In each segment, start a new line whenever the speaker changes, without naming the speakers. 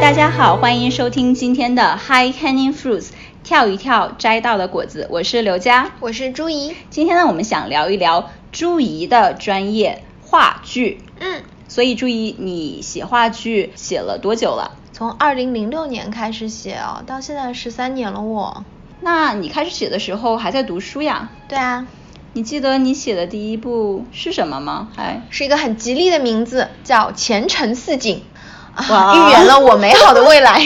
大家好，欢迎收听今天的 High Canning Fruits 跳一跳摘到的果子，我是刘佳。
我是朱怡。
今天呢，我们想聊一聊朱怡的专业话剧。
嗯，
所以朱怡，你写话剧写了多久了？
从二零零六年开始写哦，到现在十三年了我。
那你开始写的时候还在读书呀？
对啊，
你记得你写的第一部是什么吗？还
是一个很吉利的名字，叫前程似锦，啊，
哇
预言了我美好的未来。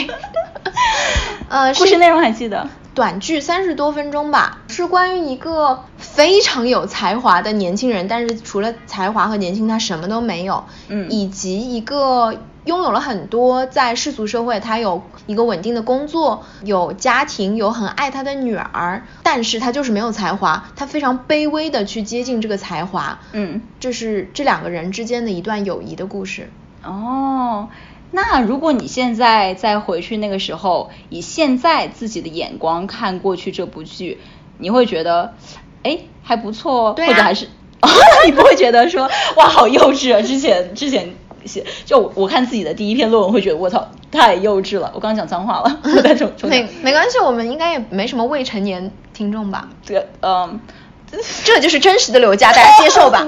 呃，
故事内容还记得？
短剧三十多分钟吧，是关于一个非常有才华的年轻人，但是除了才华和年轻，他什么都没有。
嗯
以及一个拥有了很多在世俗社会，他有一个稳定的工作，有家庭，有很爱他的女儿，但是他就是没有才华，他非常卑微的去接近这个才华。
嗯
这是这两个人之间的一段友谊的故事。
哦，那如果你现在再回去那个时候，以现在自己的眼光看过去这部剧，你会觉得，哎，还不错哦，
对啊
或者还是， 你不会觉得说，哇，好幼稚啊！之前之前写，就我我看自己的第一篇论文，会觉得我操，太幼稚了。我刚刚讲脏话 了，我再重重讲
没。没关系，我们应该也没什么未成年听众吧？
这个，嗯，
这就是真实的刘佳，大家接受吧。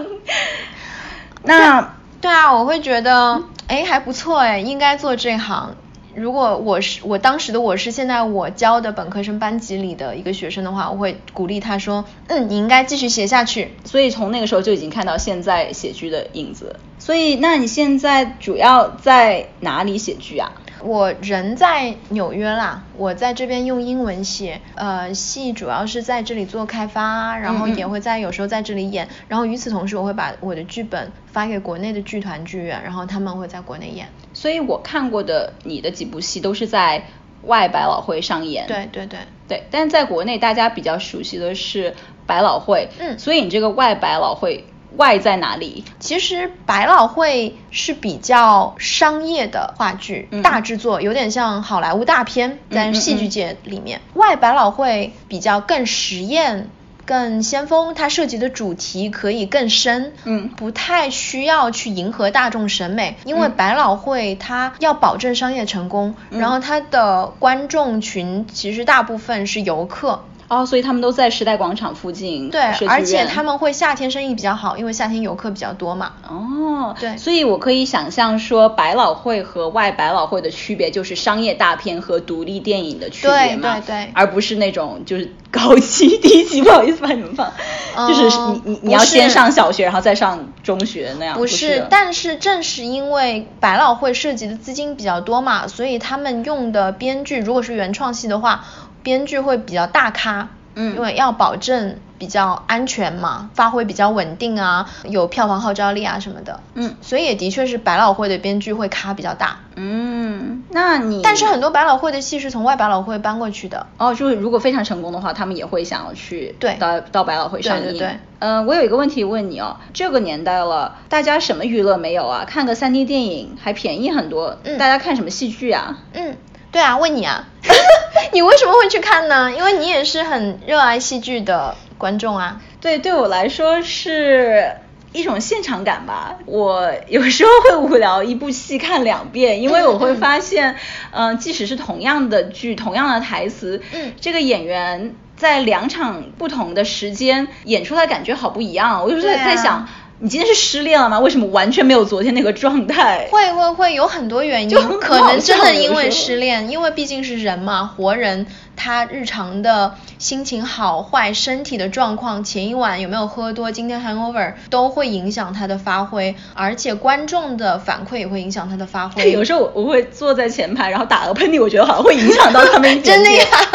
那
对啊，我会觉得，哎，还不错哎，应该做这行。如果我是我当时的我是现在我教的本科生班级里的一个学生的话，我会鼓励他说，嗯，你应该继续写下去。
所以从那个时候就已经看到现在写剧的影子。所以，那你现在主要在哪里写剧啊？
我人在纽约啦，我在这边用英文写，呃，戏主要是在这里做开发，啊然后
嗯嗯
也会在有时候在这里演，然后与此同时，我会把我的剧本发给国内的剧团剧院，然后他们会在国内演。
所以我看过的你的几部戏都是在外百老汇上演。
对对对，
对，但在国内大家比较熟悉的是百老汇。
嗯
所以你这个外百老汇外在哪里？
其实百老汇是比较商业的话剧，
嗯
大制作，有点像好莱坞大片，在
嗯嗯
戏剧界里面。外百老汇比较更实验。更先锋，它涉及的主题可以更深，
嗯
不太需要去迎合大众审美，因为
嗯
百老汇它要保证商业成功，
嗯
然后它的观众群其实大部分是游客，
哦，所以他们都在时代广场附近。
对
社，区
而且
院
他们会夏天生意比较好，因为夏天游客比较多嘛，
哦，
对
所以我可以想象说，百老汇和外百老汇的区别就是商业大片和独立电影的区别
对
嘛，
对对
而不是那种就是高级低级，不好意思把你们放，
嗯
就是你你
不
你要先
是
上小学，然后再上中学那样，
不
是
是，，但是正是因为百老汇涉及的资金比较多嘛，所以他们用的编剧如果是原创戏的话，编剧会比较大咖，
嗯
因为要保证比较安全嘛，发挥比较稳定啊，有票房号召力啊什么的，
嗯
所以也的确是百老汇的编剧会咖比较大，
嗯，那你
但是很多百老汇的戏是从外百老汇搬过去的，
哦，就是如果非常成功的话，他们也会想要去
对
到到百老汇上映。
对对对
呃，我有一个问题问你哦，这个年代了，大家什么娱乐没有啊？看个 3D 电影还便宜很多，
嗯
大家看什么戏剧啊？
嗯，对啊，问你啊， 你为什么会去看呢？因为你也是很热爱戏剧的观众啊。
对，对我来说是一种现场感吧。我有时候会无聊，一部戏看两遍，因为我会发现，嗯、即使是同样的剧、同样的台词，
嗯
这个演员在两场不同的时间演出来，感觉好不一样哦。我有时候
对啊
在想，你今天是失恋了吗？为什么完全没有昨天那个状态？
会会会有很多原因
就很，
可
搞
能真
笑
的
有
因为
时候
失恋，因为毕竟是人嘛，活人他日常的心情好坏、身体的状况，前一晚有没有喝多，今天 hangover 都会影响他的发挥，而且观众的反馈也会影响他的发挥。
有时候我我会坐在前排，然后打个喷嚏，我觉得好像会影响到他们一点
真的
点，
呀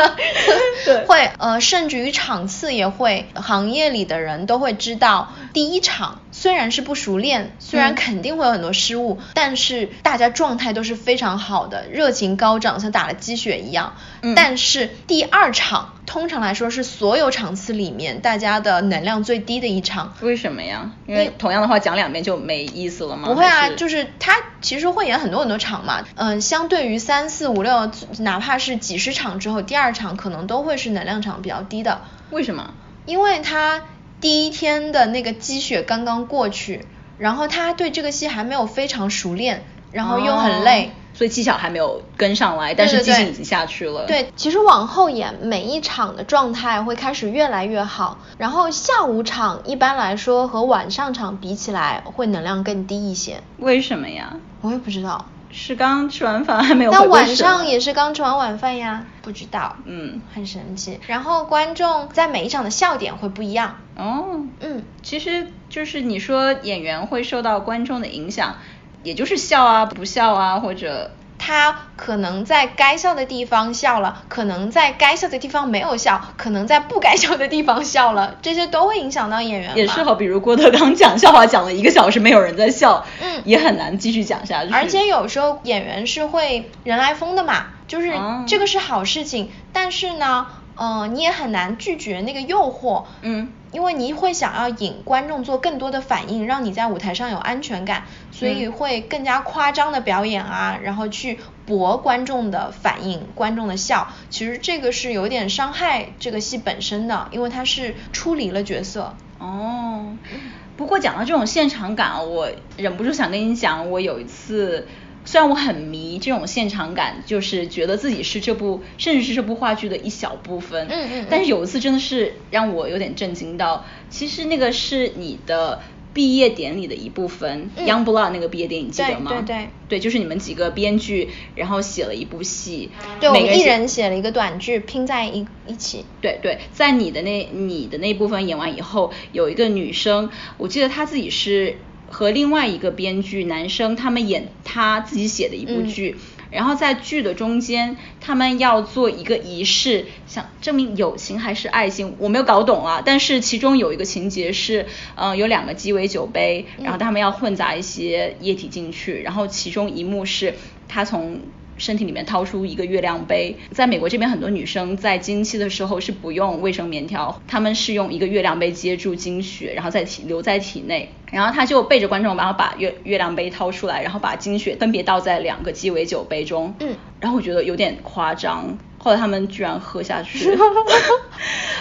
对，
会呃，甚至于场次也会，行业里的人都会知道，第一场虽然是不熟练，虽然
嗯
肯定会有很多失误，但是大家状态都是非常好的，热情高涨，像打了鸡血一样。
嗯
但是第二场通常来说是所有场次里面大家的能量最低的一场。
为什么呀？因为同样的话讲两遍就没意思了吗？
不会啊
还，是
就是他其实会演很多很多场嘛，嗯，相对于三四五六，哪怕是几十场之后，第二场可能都会是能量场比较低的，
为什么？
因为他第一天的那个积雪刚刚过去，然后他对这个戏还没有非常熟练，然后又很累。
哦所以技巧还没有跟上来，但是
对对
记
对
性已经下去了。
对，其实往后演每一场的状态会开始越来越好，然后下午场一般来说和晚上场比起来会能量更低一些，
为什么呀？
我也不知道。
是刚吃完饭还没有回
但
过
晚
神
上
来
也是刚吃完晚饭呀，不知道，
嗯
很神奇。然后观众在每一场的笑点会不一样，
哦，
嗯，
其实就是你说演员会受到观众的影响，也就是笑啊、不笑啊，或者
他可能在该笑的地方笑了，可能在该笑的地方没有笑，可能在不该笑的地方笑了，这些都会影响到演员嘛。
也是好，比如郭德纲讲笑话讲了一个小时，没有人在笑，
嗯
也很难继续讲下去。
而且有时候演员是会人来疯的嘛，就是
哦
这个是好事情，但是呢，呃，你也很难拒绝那个诱惑，
嗯
因为你会想要引观众做更多的反应，让你在舞台上有安全感，所以
嗯
会更加夸张的表演啊，然后去博观众的反应、观众的笑。其实这个是有点伤害这个戏本身的，因为它是出离了角色。
哦，不过讲到这种现场感哦，我忍不住想跟你讲，我有一次。虽然我很迷这种现场感，就是觉得自己是这部，甚至是这部话剧的一小部分。
嗯嗯嗯
但是有一次真的是让我有点震惊到，其实那个是你的毕业典礼的一部分，
嗯
Young Blood》那个毕业典礼，你记
对
得吗？
对对
对，就是你们几个编剧，然后写了一部戏。
对我
每个
们一
写
人写了一个短剧拼在一一起，
对对，在你的那你的那部分演完以后，有一个女生，我记得她自己是和另外一个编剧男生他们演她自己写的一部
嗯
剧。然后在剧的中间，他们要做一个仪式，想证明友情还是爱情，我没有搞懂啊。但是其中有一个情节是，嗯、有两个鸡尾酒杯，然后
嗯
他们要混杂一些液体进去，然后其中一幕是他从身体里面掏出一个月亮杯。在美国这边，很多女生在经期的时候是不用卫生棉条，她们是用一个月亮杯接住经血，然后在体留在体内。然后她就背着观众，然后把月月亮杯掏出来，然后把经血分别倒在两个鸡尾酒杯中。
嗯，
然后我觉得有点夸张。后来他们居然喝下去，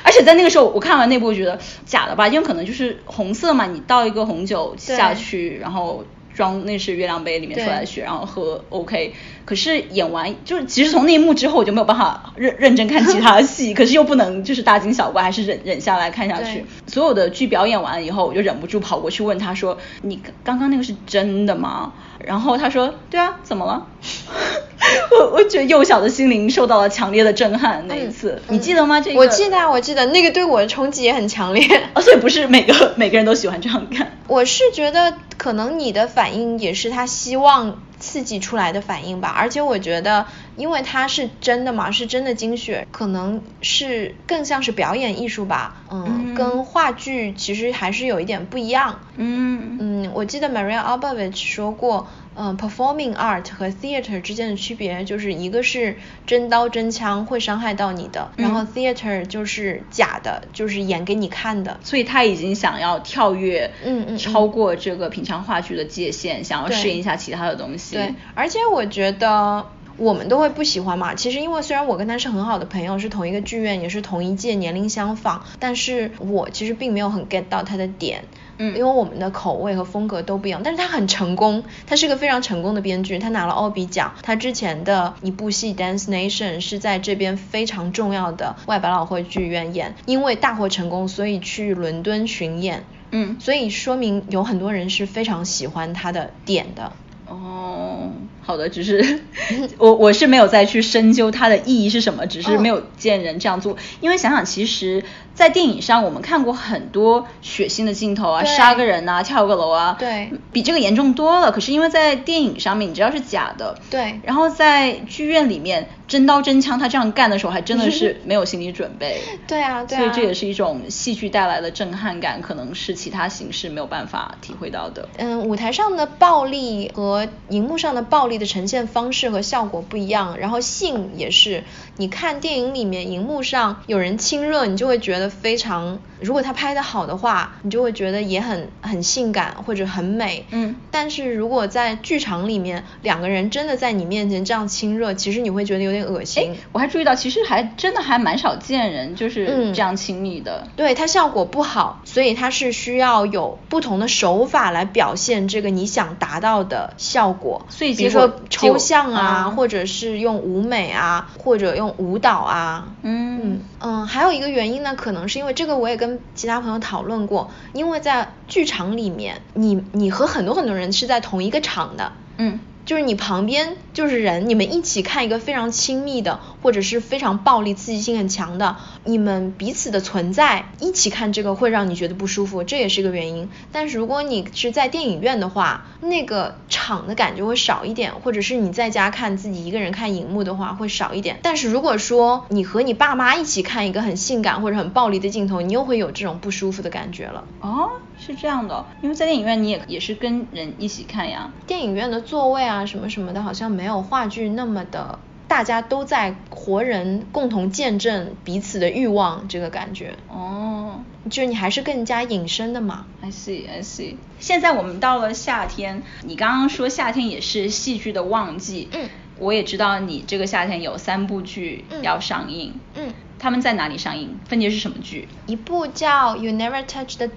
而且在那个时候，我看完那部，我觉得假的吧，因为可能就是红色嘛，你倒一个红酒
对
下去，然后装那是月亮杯里面出来的
对
血，然后喝 OK。可是演完就是，其实从那一幕之后，我就没有办法认认真看其他的 戏，可是又不能就是大惊小怪，还是忍忍下来看下去
对。
所有的剧表演完了以后，我就忍不住跑过去问他说：“你刚刚那个是真的吗？”然后他说：“对啊，怎么了？” 我我觉得幼小的心灵受到了强烈的震撼。那一次，
嗯
你记得吗？这个
我记得啊，我记得那个对我的冲击也很强烈。
哦，所以不是每个每个人都喜欢这样看。
我是觉得可能你的反应也是他希望刺激出来的反应吧，而且我觉得，因为它是真的嘛，是真的精血，可能是更像是表演艺术吧，嗯，
嗯
跟话剧其实还是有一点不一样。
嗯
嗯，我记得 Maria Albovich 说过，嗯、p e r f o r m i n g art 和 theater 之间的区别就是一个是真刀真枪会伤害到你的，然后
嗯
theater 就是假的，就是演给你看的，
所以他已经想要跳跃，
嗯嗯嗯
超过这个平常话剧的界限，想要
对
适应一下其他的东西。
对，而且我觉得我们都会不喜欢嘛。其实因为虽然我跟他是很好的朋友，是同一个剧院，也是同一届，年龄相仿，但是我其实并没有很 get 到他的点。
嗯
因为我们的口味和风格都不一样，但是他很成功，他是个非常成功的编剧，他拿了奥比奖，他之前的一部戏《Dance Nation》是在这边非常重要的外百老汇剧院演，因为大获成功，所以去伦敦巡演，
嗯
所以说明有很多人是非常喜欢他的点的，
哦，好的，只是 我我是没有再去深究它的意义是什么，只是
嗯
没有见人这样做。因为想想，其实，在电影上我们看过很多血腥的镜头啊，
对
杀个人啊，跳个楼啊，
对
比这个严重多了。可是因为在电影上面，你知道是假的，
对
然后在剧院里面真刀真枪，他这样干的时候，还真的是没有心理准备。
对啊对
所以
啊
这也是一种戏剧带来的震撼感，可能是其他形式没有办法体会到的。
嗯，舞台上的暴力和荧幕上的暴力的呈现方式和效果不一样，然后性也是。你看电影里面，荧幕上有人亲热，你就会觉得非常如果他拍的好的话，你就会觉得也很很性感或者很美。
嗯
但是如果在剧场里面，两个人真的在你面前这样亲热，其实你会觉得有点恶
哎
心。，
我还注意到，其实还真的还蛮少见人就是
嗯
这样亲密的。
对它效果不好，所以它是需要有不同的手法来表现这个你想达到的效果。
所以
比如
结果
说抽象啊，
就嗯
或者是用舞美啊，或者用舞蹈啊。
嗯
嗯嗯，还有一个原因呢，可能是因为这个我也跟其他朋友讨论过，因为在剧场里面，你你和很多很多人是在同一个场的，
嗯
就是你旁边就是人，你们一起看一个非常亲密的，或者是非常暴力、刺激性很强的，你们彼此的存在，一起看这个会让你觉得不舒服，这也是一个原因。但是如果你是在电影院的话，那个场的感觉会少一点，或者是你在家看自己一个人看荧幕的话会少一点。但是如果说你和你爸妈一起看一个很性感或者很暴力的镜头，你又会有这种不舒服的感觉了。
哦，是这样的哦，因为在电影院你也也是跟人一起看呀。
电影院的座位啊什么什么的，好像没有话剧那么的，大家都在活人共同见证彼此的欲望这个感觉，
哦
就是你还是更加隐身的嘛。
，I see I see。现在我们到了夏天，你刚刚说夏天也是戏剧的旺季，
嗯
我也知道你这个夏天有三部剧
嗯
要上映，
嗯，
他们在哪里上映？分别是什么剧？
一部叫《You Never Touch the Dirt》，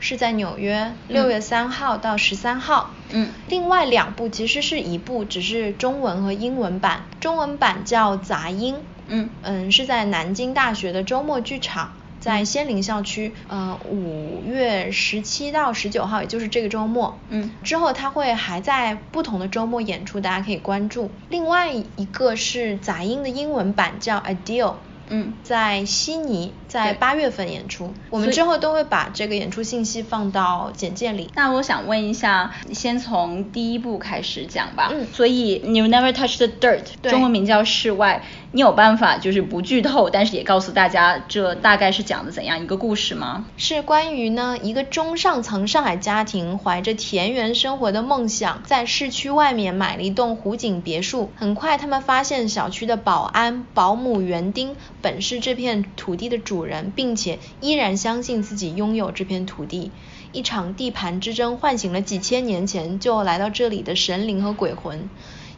是在纽约，六月三号到十三号。
嗯
另外两部其实是一部，只是中文和英文版。中文版叫《杂音》，
嗯
嗯，是在南京大学的周末剧场，在仙林校区，呃，五月十七到十九号，也就是这个周末。
嗯
之后它会还在不同的周末演出，大家可以关注。另外一个是杂音的英文版叫 Ideal。
嗯
在悉尼，在
对
八月份演出。我们
所以
之后都会把这个演出信息放到简介里。
那我想问一下，先从第一部开始讲吧。
嗯
所以《You Never Touch the Dirt》
对
中文名叫《室外》，你有办法就是不剧透，但是也告诉大家这大概是讲的怎样一个故事吗？
是关于呢一个中上层上海家庭怀着田园生活的梦想，在市区外面买了一栋湖景别墅。很快，他们发现小区的保安、保姆、园丁本是这片土地的主人，并且依然相信自己拥有这片土地。一场地盘之争唤醒了几千年前就来到这里的神灵和鬼魂。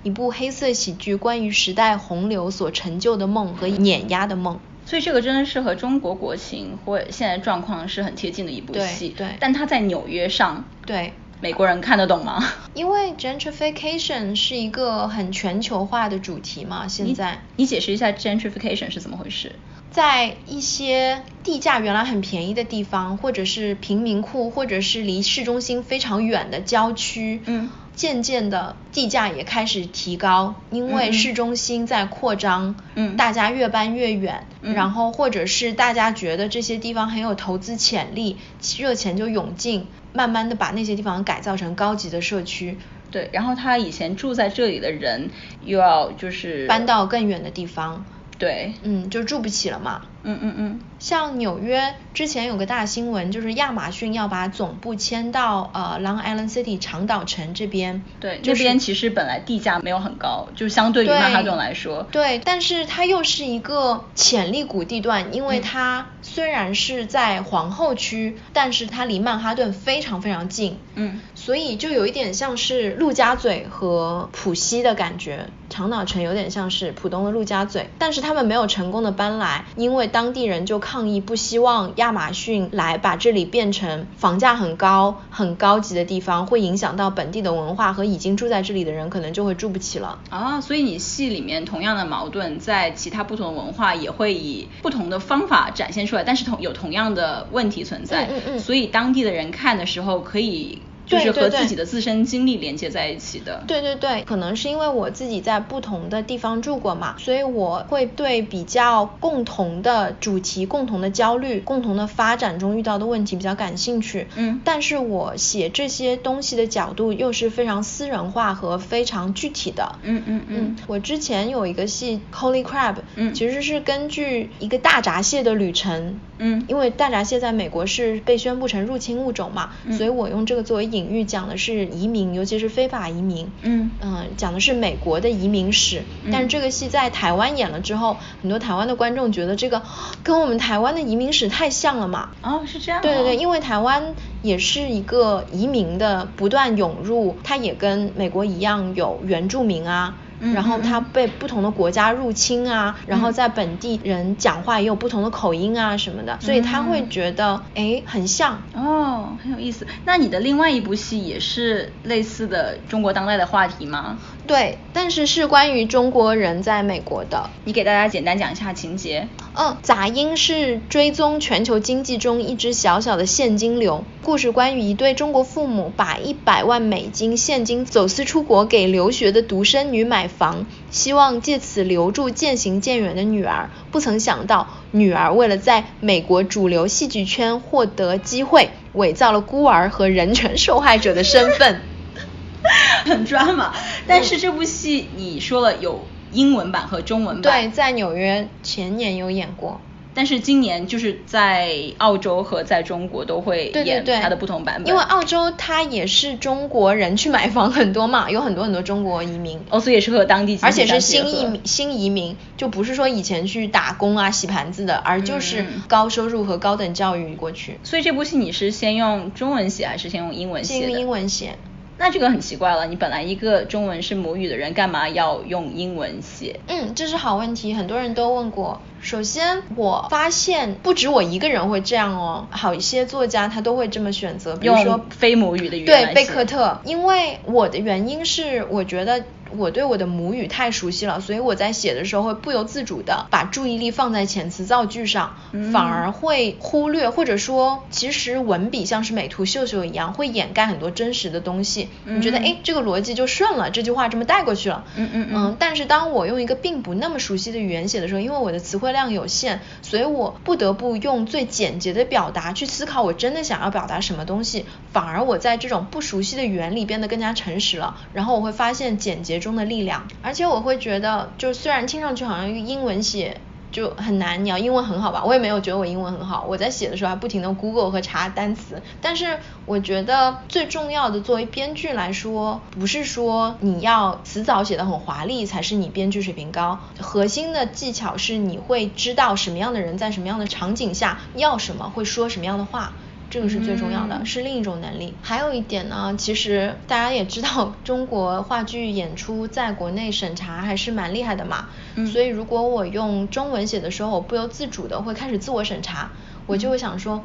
一部黑色喜剧，关于时代洪流所成就的梦和碾压的梦。
所以这个真的是和中国国情或现在状况是很贴近的一部
对
戏。
对
但它在纽约上，
对，
美国人看得懂 吗？
因为 gentrification 是一个很全球化的主题
嗯
嘛，现在
你你解释一下 gentrification 是怎么回事？
在一些地价原来很便宜的地方，或者是贫民窟，或者是离市中心非常远的郊区，
嗯
渐渐的地价也开始提高，因
嗯嗯
为市中心在扩张，
嗯
大家越搬越远，
嗯
然后或者是大家觉得这些地方很有投资潜力，热钱就涌进，慢慢的把那些地方改造成高级的社区，
对，然后他以前住在这里的人又要就是
搬到更远的地方，
对，
嗯，就住不起了嘛。
嗯嗯嗯，
像纽约之前有个大新闻，就是亚马逊要把总部迁到呃 Long Island City 长岛城这边。
对，
就
这
是
边其实本来地价没有很高，就相对于曼哈顿来说，
对，但是它又是一个潜力股地段，因为
嗯
它虽然是在皇后区，但是它离曼哈顿非常非常近。
嗯
所以就有一点像是陆家嘴和浦西的感觉，长岛城有点像是浦东的陆家嘴，但是他们没有成功的搬来，因为当地人就抗议，不希望亚马逊来把这里变成房价很高、很高级的地方，会影响到本地的文化和已经住在这里的人可能就会住不起了。
啊，所以你戏里面同样的矛盾，在其他不同的文化也会以不同的方法展现出来，但是同有同样的问题存在，
嗯嗯嗯
所以当地的人看的时候可以就
对
是
对
和
对
自己的自身经历连接在一起的，
对对对，可能是因为我自己在不同的地方住过嘛，所以我会对比较共同的主题、共同的焦虑、共同的发展中遇到的问题比较感兴趣。
嗯
但是我写这些东西的角度又是非常私人化和非常具体的。
嗯嗯嗯
我之前有一个戏《Holy Crab》，
嗯
其实是根据一个大闸蟹的旅程，
嗯
因为大闸蟹在美国是被宣布成入侵物种嘛，
嗯
所以我用这个作为引隐喻讲的是移民，尤其是非法移民，
嗯
讲的是美国的移民史。但是
嗯
这个戏在台湾演了之后，很多台湾的观众觉得这个跟我们台湾的移民史太像了嘛，
哦，是这样、哦。
对对对，因为台湾也是一个移民的不断涌入，它也跟美国一样有原住民啊。
嗯
然后
嗯
它
嗯
被不同的国家入侵啊，然后
嗯
在本地人讲话也有不同的口音啊什么的，所以他会
嗯
觉得哎很像，
哦，很有意思。那你的另外一部戏也是类似的中国当代的话题吗？
对，但是是关于中国人在美国的。
你给大家简单讲一下情节。
嗯，杂音是追踪全球经济中一只小小的现金流。故事关于一对中国父母把一百万美金现金走私出国给留学的独生女买房，希望借此留住渐行渐远的女儿。不曾想到，女儿为了在美国主流戏剧圈获得机会，伪造了孤儿和人权受害者的身份。
很抓马，但
嗯
是这部戏你说了有英文版和中文版，
对，在纽约前年有演过。
但是今年就是在澳洲和在中国都会
对对
演
对，
它的不同版本，
因为澳洲它也是中国人去买房很多嘛，有很多很多中国移民，
哦，所以也是和当地经济
而且
相
是
结
新
合
移民，新移民就不是说以前去打工啊、洗盘子的，而就是
嗯嗯
高收入和高等教育过去，
所以这部戏你是先用中文写还是先用英文
先
写
用
的？
英文写。
那这个很奇怪了，你本来一个中文是母语的人，干嘛要用英文写？
嗯，这是好问题，很多人都问过。首先，我发现不止我一个人会这样哦，好一些作家他都会这么选择，比如说
用非母语的语言来
对
写
贝克特，因为我的原因是我觉得。我对我的母语太熟悉了，所以我在写的时候会不由自主的把注意力放在遣词造句上，
嗯
反而会忽略或者说，其实文笔像是美图秀秀一样，会掩盖很多真实的东西。你觉得
嗯
诶，这个逻辑就顺了，这句话这么带过去了。
嗯嗯嗯
但是当我用一个并不那么熟悉的语言写的时候，因为我的词汇量有限，所以我不得不用最简洁的表达去思考我真的想要表达什么东西。反而我在这种不熟悉的语言里变得更加诚实了，然后我会发现简洁中的力量。而且我会觉得，就虽然听上去好像英文写。就很难，你要英文很好吧？我也没有觉得我英文很好，我在写的时候还不停的 Google 和查单词。但是我觉得最重要的，作为编剧来说，不是说你要词藻写的很华丽才是你编剧水平高，核心的技巧是你会知道什么样的人在什么样的场景下要什么，会说什么样的话。这个是最重要的，
嗯
是另一种能力。还有一点呢，其实大家也知道，中国 话剧演出在国内审查还是蛮厉害的嘛。
嗯
所以如果我用中文写的时候，我不由自主的会开始自我审查，我
嗯
就会想说。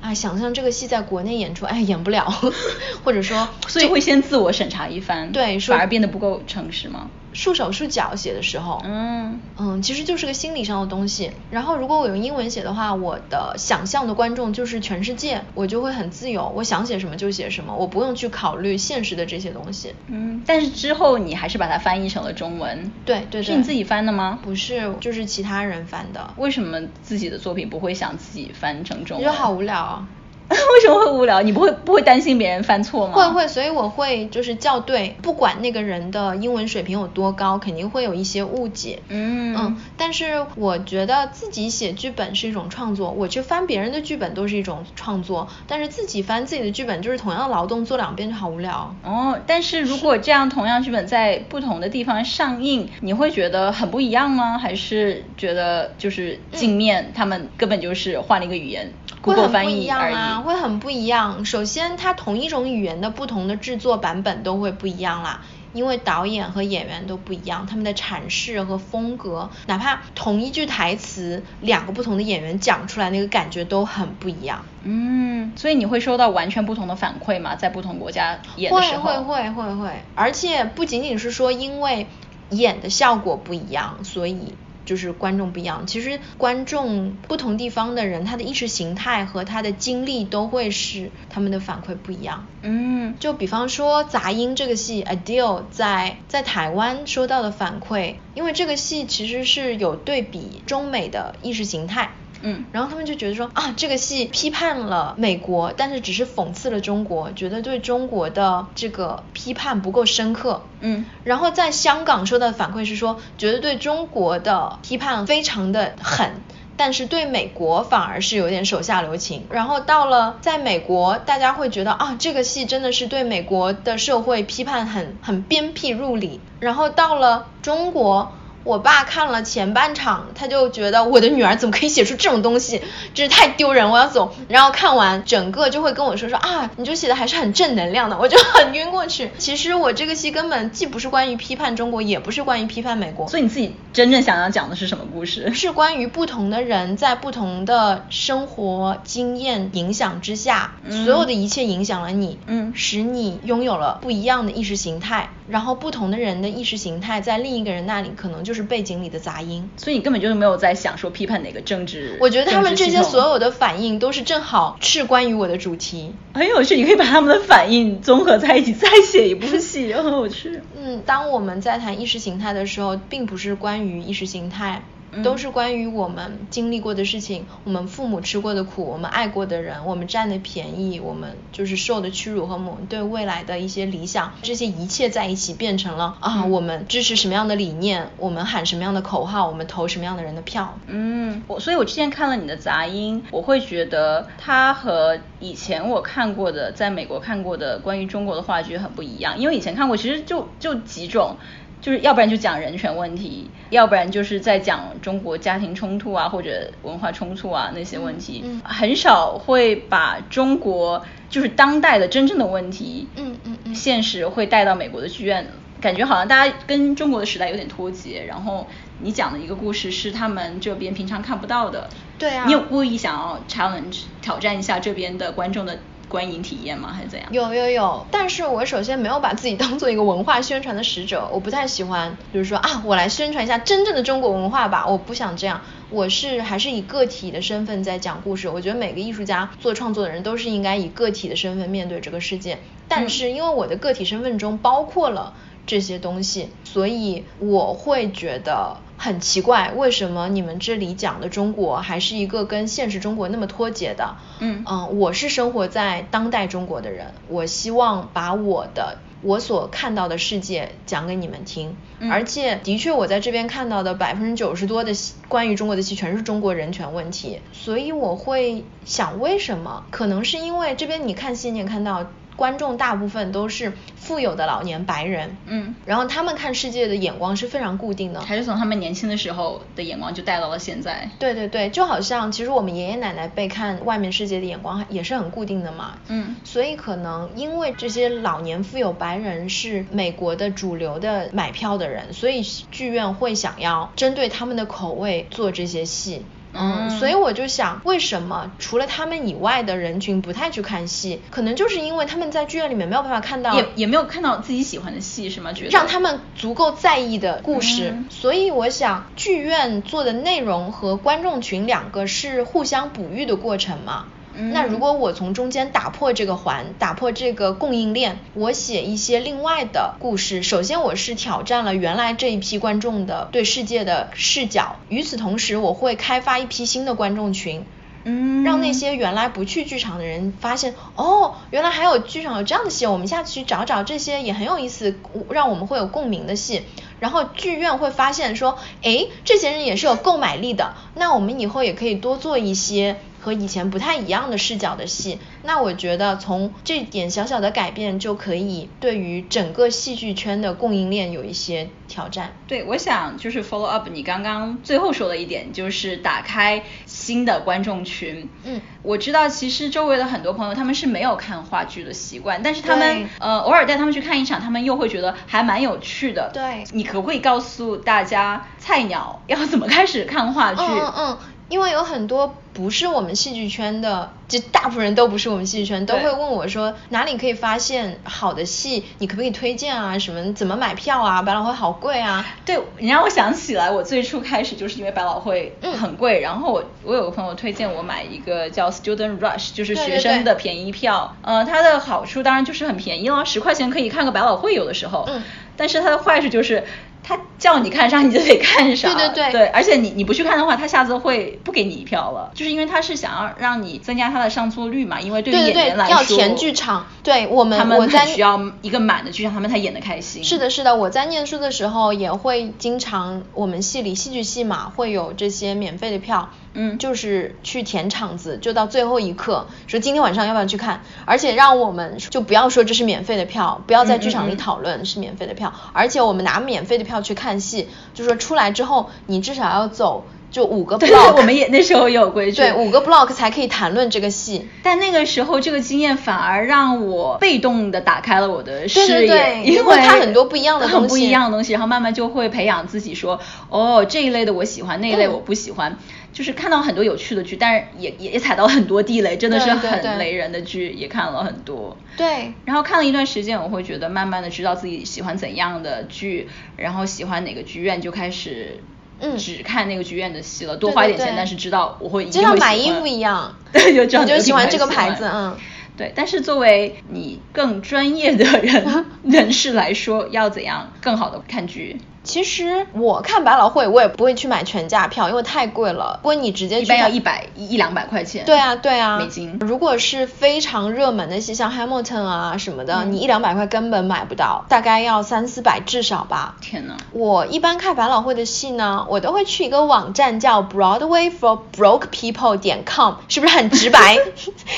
哎，想象这个戏在国内演出，哎，演 不了，或者说
所以会先自我审查一番，
对说
反而变得不够诚实吗？
束手束脚写的时候，
嗯
嗯，其实就是个心理上的东西。然后如果我用英文写的话，我的想象的观众就是全世界，我就会很自由，我想写什么就写什么，我不用去考虑现实的这些东西。
嗯，但是之后你还是把它翻译成了中文，
对对对，
是你自己翻的吗？
不是，就是其他人翻的。
为什么自己的作品不会想自己翻成中
我觉
文？
得好无聊啊。
为什么会无聊？你不会不会担心别人犯错吗？
会会，所以我会就是校对，不管那个人的英文水平有多高，肯定会有一些误解。
嗯
嗯，但是我觉得自己写剧本是一种创作，我去翻别人的剧本都是一种创作，但是自己翻自己的剧本就是同样的劳动做两遍就好无聊。
哦，但是如果这样同样剧本在不同的地方上映，你会觉得很不一样吗？还是觉得就是镜面、他们根本就是换了一个语言
会
，Google
很不
翻
一
译
样
而已？
啊，会很不一样。首先，它同一种语言的不同的制作版本都会不一样啦，因为导演和演员都不一样，他们的阐释和风格，哪怕同一句台词，两个不同的演员讲出来那个感觉都很不一样。
嗯，所以你会收到完全不同的反馈吗？在不同国家演的
会
时候，
会会会会，而且不仅仅是说因为演的效果不一样，所以就是观众不一样。其实观众不同地方的人，他的意识形态和他的经历都会使他们的反馈不一样。
嗯，
就比方说《杂音》这个戏，《Adele》在在台湾收到的反馈，因为这个戏其实是有对比中美的意识形态，
嗯
然后他们就觉得说啊，这个戏批判了美国，但是只是讽刺了中国，觉得对中国的这个批判不够深刻。
嗯
然后在香港收到的反馈是说，觉得对中国的批判非常的狠，但是对美国反而是有点手下留情。然后到了在美国，大家会觉得啊，这个戏真的是对美国的社会批判很很鞭辟入里。然后到了中国。我爸看了前半场，他就觉得我的女儿怎么可以写出这种东西，真是太丢人，我要走。然后看完整个就会跟我说说啊，你就写的还是很正能量的，我就很晕过去。其实我这个戏根本既不是关于批判中国，也不是关于批判美国，
所以你自己真正想要讲的是什么故事？
是关于不同的人在不同的生活经验影响之下，
嗯
所有的一切影响了你，
嗯
使你拥有了不一样的意识形态。然后不同的人的意识形态在另一个人那里可能就是背景里的杂音。
所以你根本就是没有在想说批判哪个政治，
我觉得他们这些所有
的
的反应都是正好是关于我的主题。
很有趣，你可以把他们的反应综合在一起再写一部 戏，很有趣。
嗯，当我们在谈意识形态的时候，并不是关于意识形态，都
嗯
是关于我们经历过的事情，我们父母吃过的苦，我们爱过的人，我们占的便宜，我们就是受的屈辱和我们对未来的一些理想，这些一切在一起变成了啊，
嗯
我们支持什么样的理念，我们喊什么样的口号，我们投什么样的人的票。
嗯，我所以，我之前看了你的杂音，我会觉得它和以前我看过的，在美国看过的关于中国的话剧很不一样，因为以前看过其实就就几种。就是要不然就讲人权问题，要不然就是在讲中国家庭冲突啊或者文化冲突啊那些问题，
嗯嗯
很少会把中国就是当代的真正的问题，
嗯嗯嗯
现实会带到美国的剧院，感觉好像大家跟中国的时代有点脱节。然后你讲的一个故事是他们这边平常看不到的，
对啊
你有故意想要 challenge 挑战一下这边的观众的观影体验吗？还是怎样？
有有有，但是我首先没有把自己当做一个文化宣传的使者，我不太喜欢，比如说啊，我来宣传一下真正的中国文化吧，我不想这样，我是还是以个体的身份在讲故事。我觉得每个艺术家做创作的人都是应该以个体的身份面对这个世界，但
嗯
是因为我的个体身份中包括了这些东西，所以我会觉得。很奇怪，为什么你们这里讲的中国还是一个跟现实中国那么脱节的？
嗯
嗯，我是生活在当代中国的人，我希望把我的我所看到的世界讲给你们听。
嗯
而且，的确，我在这边看到的百分之九十多的戏关于中国的戏，全是中国人权问题。所以我会想，为什么？可能是因为这边你看戏，你也看到观众大部分都是富有的老年白人，
嗯
然后他们看世界的眼光是非常固定的，
还是从他们年轻的时候的眼光就带到了现在？
对对对，就好像其实我们爷爷奶奶被看外面世界的眼光也是很固定的嘛。
嗯
所以可能因为这些老年富有白人是美国的主流的买票的人，所以剧院会想要针对他们的口味做这些戏。嗯，
嗯
所以我就想，为什么除了他们以外的人群不太去看戏？可能就是因为他们在剧院里面没有办法看到，
也也没有看到自己喜欢的戏是吗？觉得
让他们足够在意的故事。
嗯
所以我想，剧院做的内容和观众群两个是互相哺育的过程嘛。
嗯
那如果我从中间打破这个环，打破这个供应链，我写一些另外的故事。首先，我是挑战了原来这一批观众的对世界的视角，与此同时，我会开发一批新的观众群。
嗯
让那些原来不去剧场的人发现，哦，原来还有剧场有这样的戏，我们下次去找找这些也很有意思，让我们会有共鸣的戏。然后剧院会发现说，诶，这些人也是有购买力的，那我们以后也可以多做一些和以前不太一样的视角的戏。那我觉得从这点小小的改变就可以对于整个戏剧圈的供应链有一些挑战。
对，我想就是 follow up 你刚刚最后说的一点，就是打开新的观众群。
嗯
我知道其实周围的很多朋友他们是没有看话剧的习惯，但是他
对
们呃偶尔带他们去看一场，他们又会觉得还蛮有趣的。
对
你可不可以告诉大家菜鸟要怎么开始看话剧？
嗯嗯嗯，因为有很多不是我们戏剧圈的，就大部分人都不是我们戏剧圈，都
对
会问我说哪里可以发现好的戏，你可不可以推荐啊？什么怎么买票啊？百老汇好贵啊！
对，你让我想起来，我最初开始就是因为百老汇
嗯
很贵，然后我我有个朋友推荐我买一个叫 Student Rush，就是
对
学
对
生
对
的便宜票。呃，它的好处当然就是很便宜了，十块钱可以看个百老汇，有的时候。
嗯
但是它的坏处就是。它叫你看啥你就得看啥。
对对对
对，而且你你不去看的话，他下次会不给你一票了，就是因为他是想要让你增加他的上座率嘛，因为对于
对对
演
对
员来说，
要填剧场对我们
他们
我在
需要一个满的剧场，他们才演得开心。
是的，是的，我在念书的时候也会经常，我们系里戏剧系嘛，会有这些免费的票，
嗯
就是去填场子，就到最后一刻说今天晚上要不要去看，而且让我们就不要说这是免费的票，不要在剧场
嗯嗯
里
嗯
讨论是免费的票，而且我们拿免费的票去看戏，就说出来之后你至少要走就五个 block，
对我们也那时候也有规矩
对五个 block 才可以谈论这个戏。
但那个时候，这个经验反而让我被动的打开了我的视野，
对对
因
因为看很多不一样的
很
东
不
西
一样的东西，然后慢慢就会培养自己说，哦，这一类的我喜欢，那一类
嗯
我不喜欢。就是看到很多有趣的剧，但是也也也踩到了很多地雷，真的
对
是
对对
很雷人的剧，也看了很多。
对，
然后看了一段时间，我会觉得慢慢的知道自己喜欢怎样的剧，然后喜欢哪个剧院，就开始
嗯
只看那个剧院的戏了，多
对
花一
对
点钱，
对
但是知道我会一
就
定
像
会
买
喜
衣
欢
服一样
对，就知道
我
哪
就
个
喜
品
欢
牌
这个
喜
牌
欢
子嗯
对，但是作为你更专业的人人士来说，要怎样更好的看剧？
其实我看百老汇，我也不会去买全价票，因为太贵了。如果你直接
一
去
般要
看
一。百一一两百块钱。
对啊，对啊，
美金。
如果是非常热门的戏，像 Hamilton 啊什么的，
嗯
你一两百块根本买不到，大概要三四百至少吧。
天呐，
我一般看百老汇的戏呢，我都会去一个网站叫 Broadway for Broke People 点 com，是不是很直白？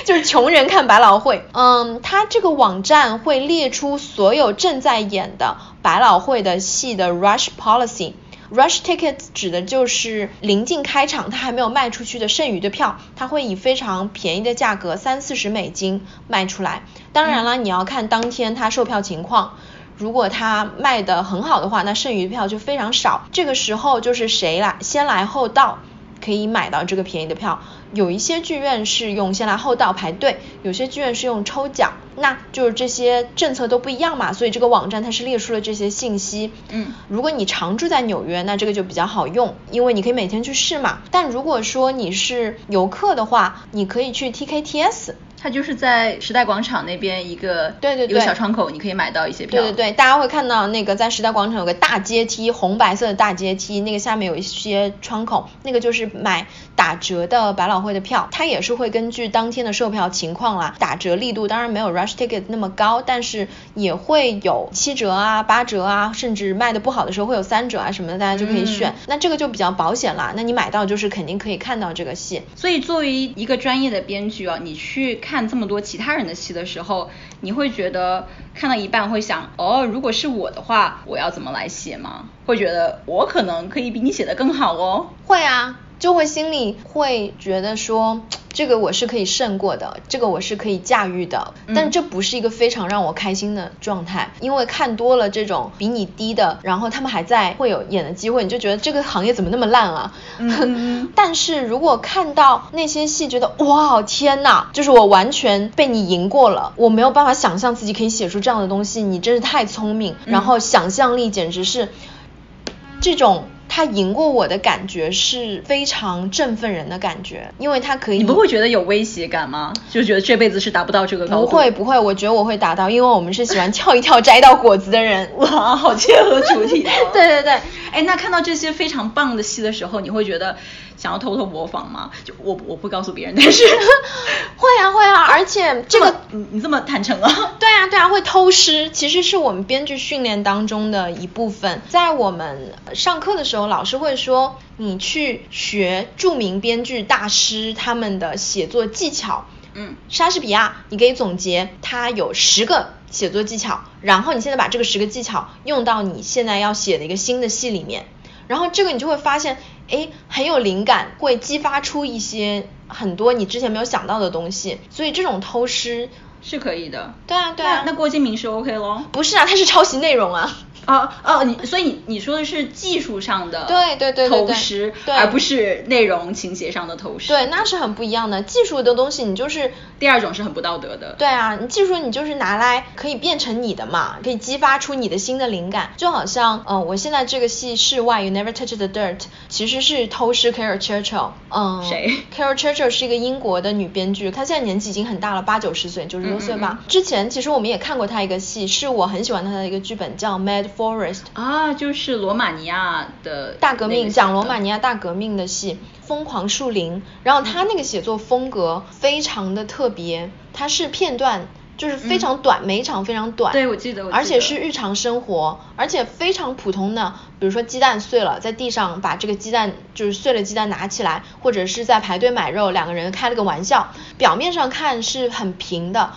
就是穷人看百老汇。嗯，它这个网站会列出所有正在演的百老汇的戏的 rush policy。Rush ticket 指的就是临近开场它还没有卖出去的剩余的票，它会以非常便宜的价格三四十美金卖出来。当然啦，你要看当天它售票情况。如果它卖的很好的话，那剩余票就非常少。这个时候就是谁来先来后到，可以买到这个便宜的票。有一些剧院是用先来后到排队，有些剧院是用抽奖，那就是这些政策都不一样嘛，所以这个网站它是列出了这些信息。
嗯
如果你常住在纽约，那这个就比较好用，因为你可以每天去试嘛。但如果说你是游客的话，你可以去 TKTS。
它就是在时代广场那边一个
对对对
一个小窗口，你可以买到一些票。
对对对，大家会看到那个在时代广场有个大阶梯，红白色的大阶梯，那个下面有一些窗口，那个就是买打折的百老汇的票，它也是会根据当天的售票情况啦，打折力度当然没有 rush ticket 那么高，但是也会有七折啊、八折啊，甚至卖的不好的时候会有三折啊什么的，大家就可以选。
嗯
那这个就比较保险啦，那你买到就是肯定可以看到这个戏。
所以，作为一个专业的编剧啊，你去看这么多其他人的戏的时候，你会觉得看到一半会想，哦，如果是我的话，我要怎么来写吗？会觉得我可能可以比你写的更好哦。
会啊，就会心里会觉得说，这个我是可以胜过的，这个我是可以驾驭的，
嗯
但这不是一个非常让我开心的状态，因为看多了这种比你低的，然后他们还在会有演的机会，你就觉得这个行业怎么那么烂啊？
嗯嗯嗯
但是如果看到那些戏，觉得哇天呐，就是我完全被你赢过了，我没有办法想象自己可以写出这样的东西，你真是太聪明，
嗯
然后想象力简直是这种他赢过我的感觉是非常振奋人的感觉，因为他可以。
你不会觉得有威胁感吗？就觉得这辈子是达不到这个高
不
度？
会不会，我觉得我会达到，因为我们是喜欢跳一跳摘到果子的人。。
哇，好切合主题、啊
对对对，
哎，那看到这些非常棒的戏的时候，你会觉得想要偷偷模仿吗？就我我不告诉别人，但 是
会啊会啊，而且这
么
个
你你这么坦诚啊？
对啊，对啊，会偷师，其实是我们编剧训练当中的一部分。在我们上课的时候，老师会说，你去学著名编剧大师他们的写作技巧。
嗯
莎士比亚，你可以总结他有十个写作技巧，然后你现在把这个十个技巧用到你现在要写的一个新的戏里面，然后这个你就会发现，诶，很有灵感，会激发出一些很多你之前没有想到的东西。所以这种偷师
是可以的。
对啊对啊
那那郭敬明是 OK 咯？
不是啊，它是抄袭内容啊。
哦哦，你所以你你说的是技术上的
对对对对
投
对
食，
对
而不是内容情节上的投食。
对，那是很不一样的。技术的东西你就是，
第二种是很不道德的。
对啊，你技术你就是拿来可以变成你的嘛，可以激发出你的新的灵感。就好像，嗯、我现在这个戏《室外 You Never Touch the Dirt》其实是偷师 Carol Churchill。嗯，
谁
？Carol Churchill 是一个英国的女编剧，她现在年纪已经很大了，八九十岁，九十多岁
嗯嗯
吧。
嗯
之前其实我们也看过她一个戏，是我很喜欢她的一个剧本，叫《Mad Forest》
啊，就是罗马尼亚的
大革
那
命，
个
讲
戏
罗
的
马尼亚大革命的戏《疯狂树林》，然后他那个写作风格非常的特别，它是片段，就是非常短，每一场非常短。
嗯对我记得我记
而且
得
是日常生活，而且非常普通的，比如说鸡蛋碎了，在地上把这个鸡蛋就是碎了鸡蛋拿起来，或者是在排队买肉，两个人开了个玩笑，表面上看是很平的。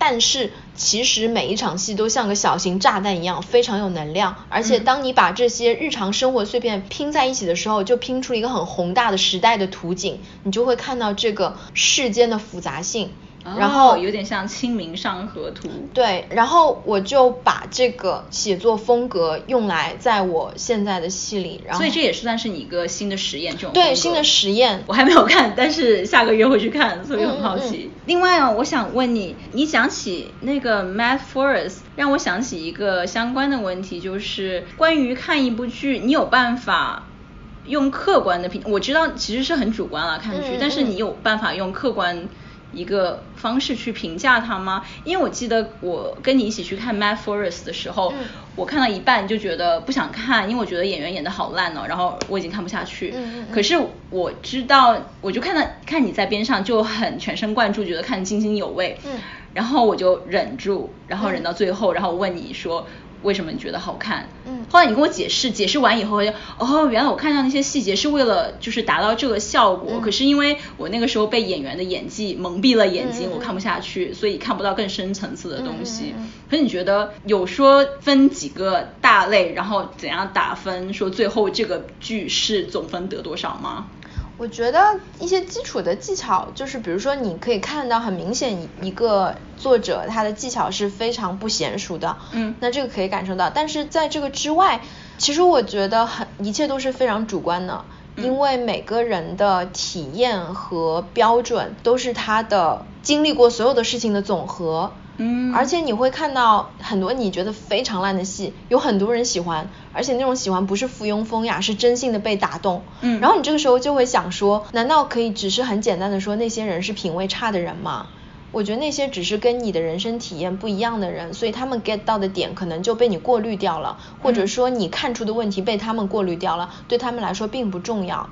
但是其实每一场戏都像个小型炸弹一样，非常有能量。而且
嗯
当你把这些日常生活碎片拼在一起的时候，就拼出了一个很宏大的时代的图景，你就会看到这个世间的复杂性。然后、
哦有点像《清明上河图》。
对，然后我就把这个写作风格用来在我现在的戏里，然后
所以这也算是你一个新的实验，这种风
对
格
新的实验
我还没有看，但是下个月会去看，所以很好奇。
嗯嗯
另外啊，我想问你，你讲起那个 Matt Forrest，让我想起一个相关的问题，就是关于看一部剧，你有办法用客观的评，我知道其实是很主观了看剧，
嗯嗯
但是
嗯
你有办法用客观。一个方式去评价它吗？因为我记得我跟你一起去看 Matt Forrest 的时候，
嗯
我看到一半就觉得不想看，因为我觉得演员演的好烂哦，然后我已经看不下去。
嗯嗯嗯
可是我知道，我就看到看你在边上就很全神贯注，觉得看得津津有味。
嗯
然后我就忍住，然后
嗯
忍到最后，然后问你说为什么你觉得好看？
嗯
后来你跟我解释，解释完以后，我就哦，原来我看到那些细节是为了就是达到这个效果。
嗯
可是因为我那个时候被演员的演技蒙蔽了眼睛，
嗯嗯嗯
我看不下去，所以看不到更深层次的东西。
嗯嗯嗯嗯
可是你觉得有说分几个大类，然后怎样打分，说最后这个剧是总分得多少吗？
我觉得一些基础的技巧，就是比如说你可以看到很明显一一个作者他的技巧是非常不娴熟的，
嗯
那这个可以感受到。但是在这个之外，其实我觉得很一切都是非常主观的，
嗯
因为每个人的体验和标准都是他的经历过所有的事情的总和。
嗯
而且你会看到很多你觉得非常烂的戏，有很多人喜欢，而且那种喜欢不是附庸风雅，是真心的被打动。
嗯
然后你这个时候就会想说，难道可以只是很简单的说那些人是品味差的人吗？我觉得那些只是跟你的人生体验不一样的人，所以他们 get 到的点可能就被你过滤掉了，或者
嗯
说你看出的问题被他们过滤掉了，对他们来说并不重要。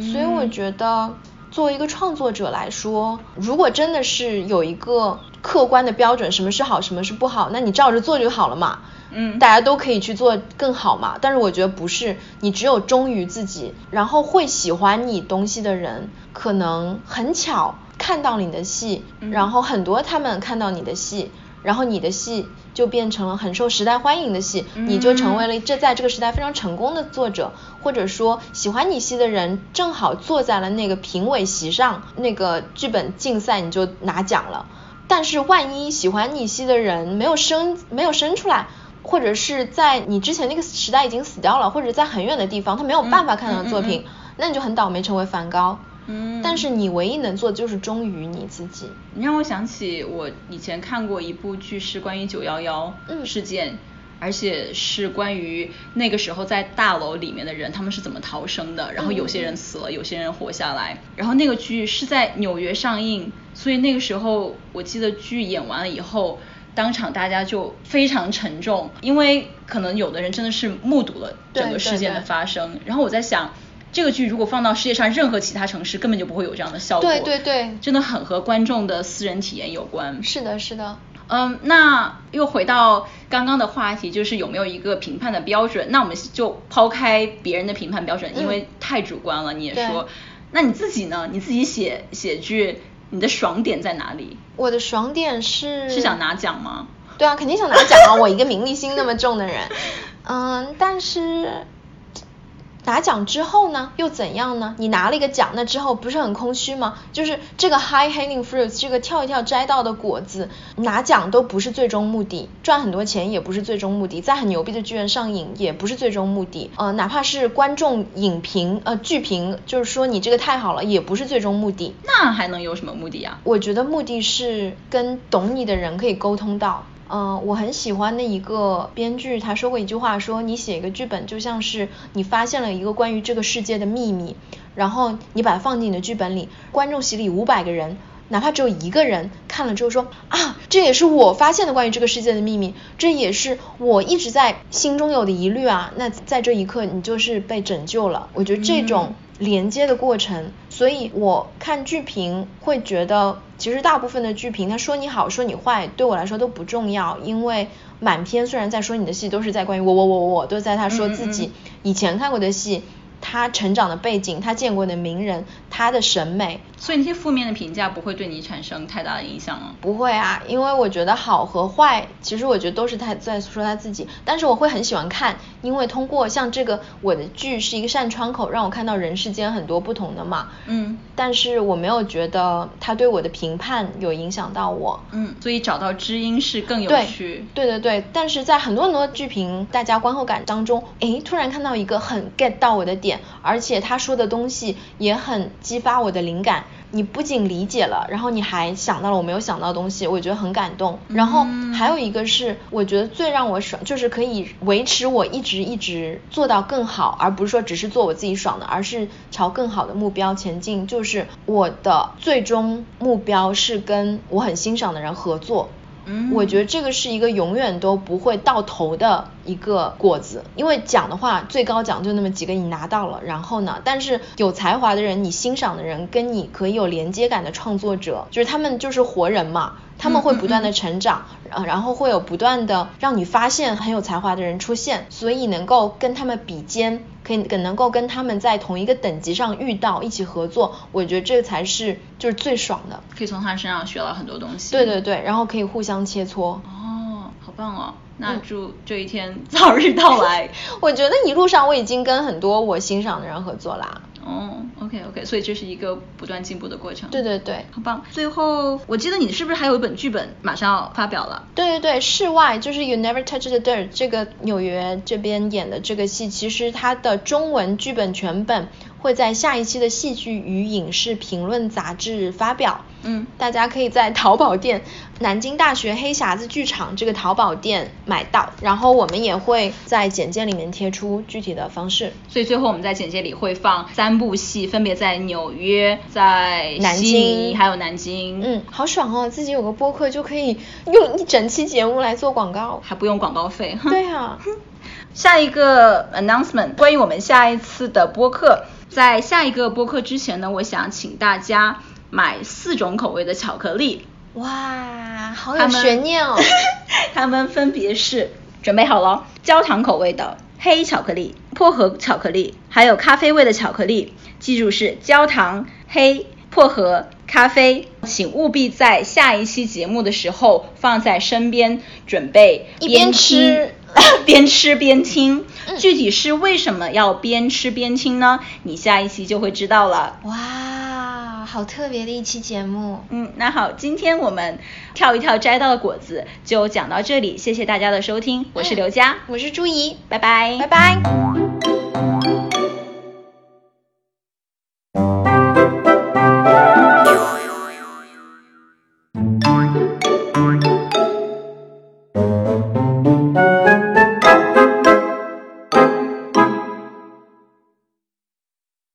所以我
嗯
觉得，作为一个创作者来说，如果真的是有一个客观的标准，什么是好，什么是不好，那你照着做就好了嘛。
嗯
大家都可以去做更好嘛。但是我觉得不是，你只有忠于自己，然后会喜欢你东西的人，可能很巧看到你的戏，
嗯
然后很多他们看到你的戏。然后你的戏就变成了很受时代欢迎的戏，你就成为
嗯
了这在这个时代非常成功的作者，或者说喜欢你戏的人正好坐在了那个评委席上，那个剧本竞赛你就拿奖了。但是万一喜欢你戏的人没有生没有生出来，或者是在你之前那个时代已经死掉了，或者在很远的地方他没有办法看到
嗯嗯嗯
的作品，
嗯
那你就很倒霉成为梵高。
嗯
但是你唯一能做的就是忠于你自己。
你让我想起我以前看过一部剧，是关于九幺幺
嗯
事件，而且是关于那个时候在大楼里面的人他们是怎么逃生的，
嗯
然后有些人死了，有些人活下来。然后那个剧是在纽约上映，所以那个时候我记得剧演完了以后。当场大家就非常沉重，因为可能有的人真的是目睹了
对
整个事
对
件的
对
发生。然后我在想，这个剧如果放到世界上任何其他城市，根本就不会有这样的效果。
对对对
真的很和观众的私人体验有关。
是的，是的。
嗯，那又回到刚刚的话题，就是有没有一个评判的标准？那我们就抛开别人的评判标准，因为
嗯
太主观了。你也
对
说，那你自己呢？你自己写写剧，你的爽点在哪里？
我的爽点是
是想拿奖吗？
对啊，肯定想拿奖啊！我一个名利心那么重的人，嗯，但是拿奖之后呢，又怎样呢？你拿了一个奖，那之后不是很空虚吗？就是这个 high hanging fruits，这个跳一跳摘到的果子，拿奖都不是最终目的，赚很多钱也不是最终目的，在很牛逼的剧院上映也不是最终目的，呃，哪怕是观众影评呃剧评，就是说你这个太好了，也不是最终目的。
那还能有什么目的啊？
我觉得目的是跟懂你的人可以沟通到。嗯、我很喜欢的一个编剧，他说过一句话说，你写一个剧本就像是你发现了一个关于这个世界的秘密，然后你把它放进你的剧本里，观众席里五百个人，哪怕只有一个人看了之后说啊，这也是我发现的关于这个世界的秘密，这也是我一直在心中有的疑虑啊。那在这一刻，你就是被拯救了。我觉得这种连接的过程，所以我看剧评会觉得，其实大部分的剧评他说你好说你坏，对我来说都不重要，因为满篇虽然在说你的戏，都是在关于我我我我，都是在他说自己
嗯嗯
以前看过的戏。他成长的背景，他见过的名人，他的审美，
所以那些负面的评价不会对你产生太大的影响吗？
不会啊，因为我觉得好和坏，其实我觉得都是他在说他自己，但是我会很喜欢看，因为通过像这个我的剧是一个扇窗口，让我看到人世间很多不同的嘛。
嗯
但是我没有觉得他对我的评判有影响到我。
嗯，所以找到知音是更有
对
趣。，
对对对，但是在很多很多剧评大家观后感当中，诶，突然看到一个很 get 到我的点，而且他说的东西也很激发我的灵感。你不仅理解了，然后你还想到了我没有想到的东西，我觉得很感动。然后
嗯
还有一个是，我觉得最让我爽，就是可以维持我一直一直做到更好，而不是说只是做我自己爽的，而是朝更好的目标前进。就是我的最终目标是跟我很欣赏的人合作，
嗯
我觉得这个是一个永远都不会到头的一个果子，因为奖的话，最高奖就那么几个你拿到了，然后呢，但是有才华的人，你欣赏的人，跟你可以有连接感的创作者，就是他们就是活人嘛，他们会不断的成长，呃然后会有不断的让你发现很有才华的人出现，所以能够跟他们比肩。可以能够跟他们在同一个等级上遇到，一起合作，我觉得这才是就是最爽的。
可以从他身上学到很多东西。
对对。对，然后可以互相切磋。
哦，好棒哦！那
嗯
祝这一天早日到来。
我觉得一路上我已经跟很多我欣赏的人合作啦。
哦，OK OK，所以这是一个不断进步的过程。
对对对，
很棒。最后，我记得你是不是还有一本剧本马上要发表了？
对对对，室外就是 You Never Touch the Dirt 这个纽约这边演的这个戏，其实它的中文剧本全本会在下一期的戏剧与影视评论杂志发表。
嗯
大家可以在淘宝店南京大学黑匣子剧场这个淘宝店买到，然后我们也会在简介里面贴出具体的方式。
所以最后我们在简介里会放三部戏，分别在纽约、在
南
悉尼
京
还有南京。
嗯，好爽哦！自己有个播客就可以用一整期节目来做 广告。
还不用广告费。
对啊，
下一个 announcement 关于我们下一次的播客，在下一个播客之前呢，我想请大家买四种口味的巧克力，
哇，好
它
有
们
悬念哦！
它们分别是准备好了，哦焦糖口味的黑巧克力、薄荷巧克力，还有咖啡味的巧克力。记住是焦糖、黑、薄荷、咖啡。请务必在下一期节目的时候放在身边，准备
一
听
边吃
边吃边听。
嗯
具体是为什么要边吃边听呢？你下一期就会知道了。
哇，好特别的一期节目。
嗯，那好，今天我们跳一跳摘到的果子就讲到这里，谢谢大家的收听，我是
嗯
刘佳，
我是朱怡，
拜拜，
拜拜。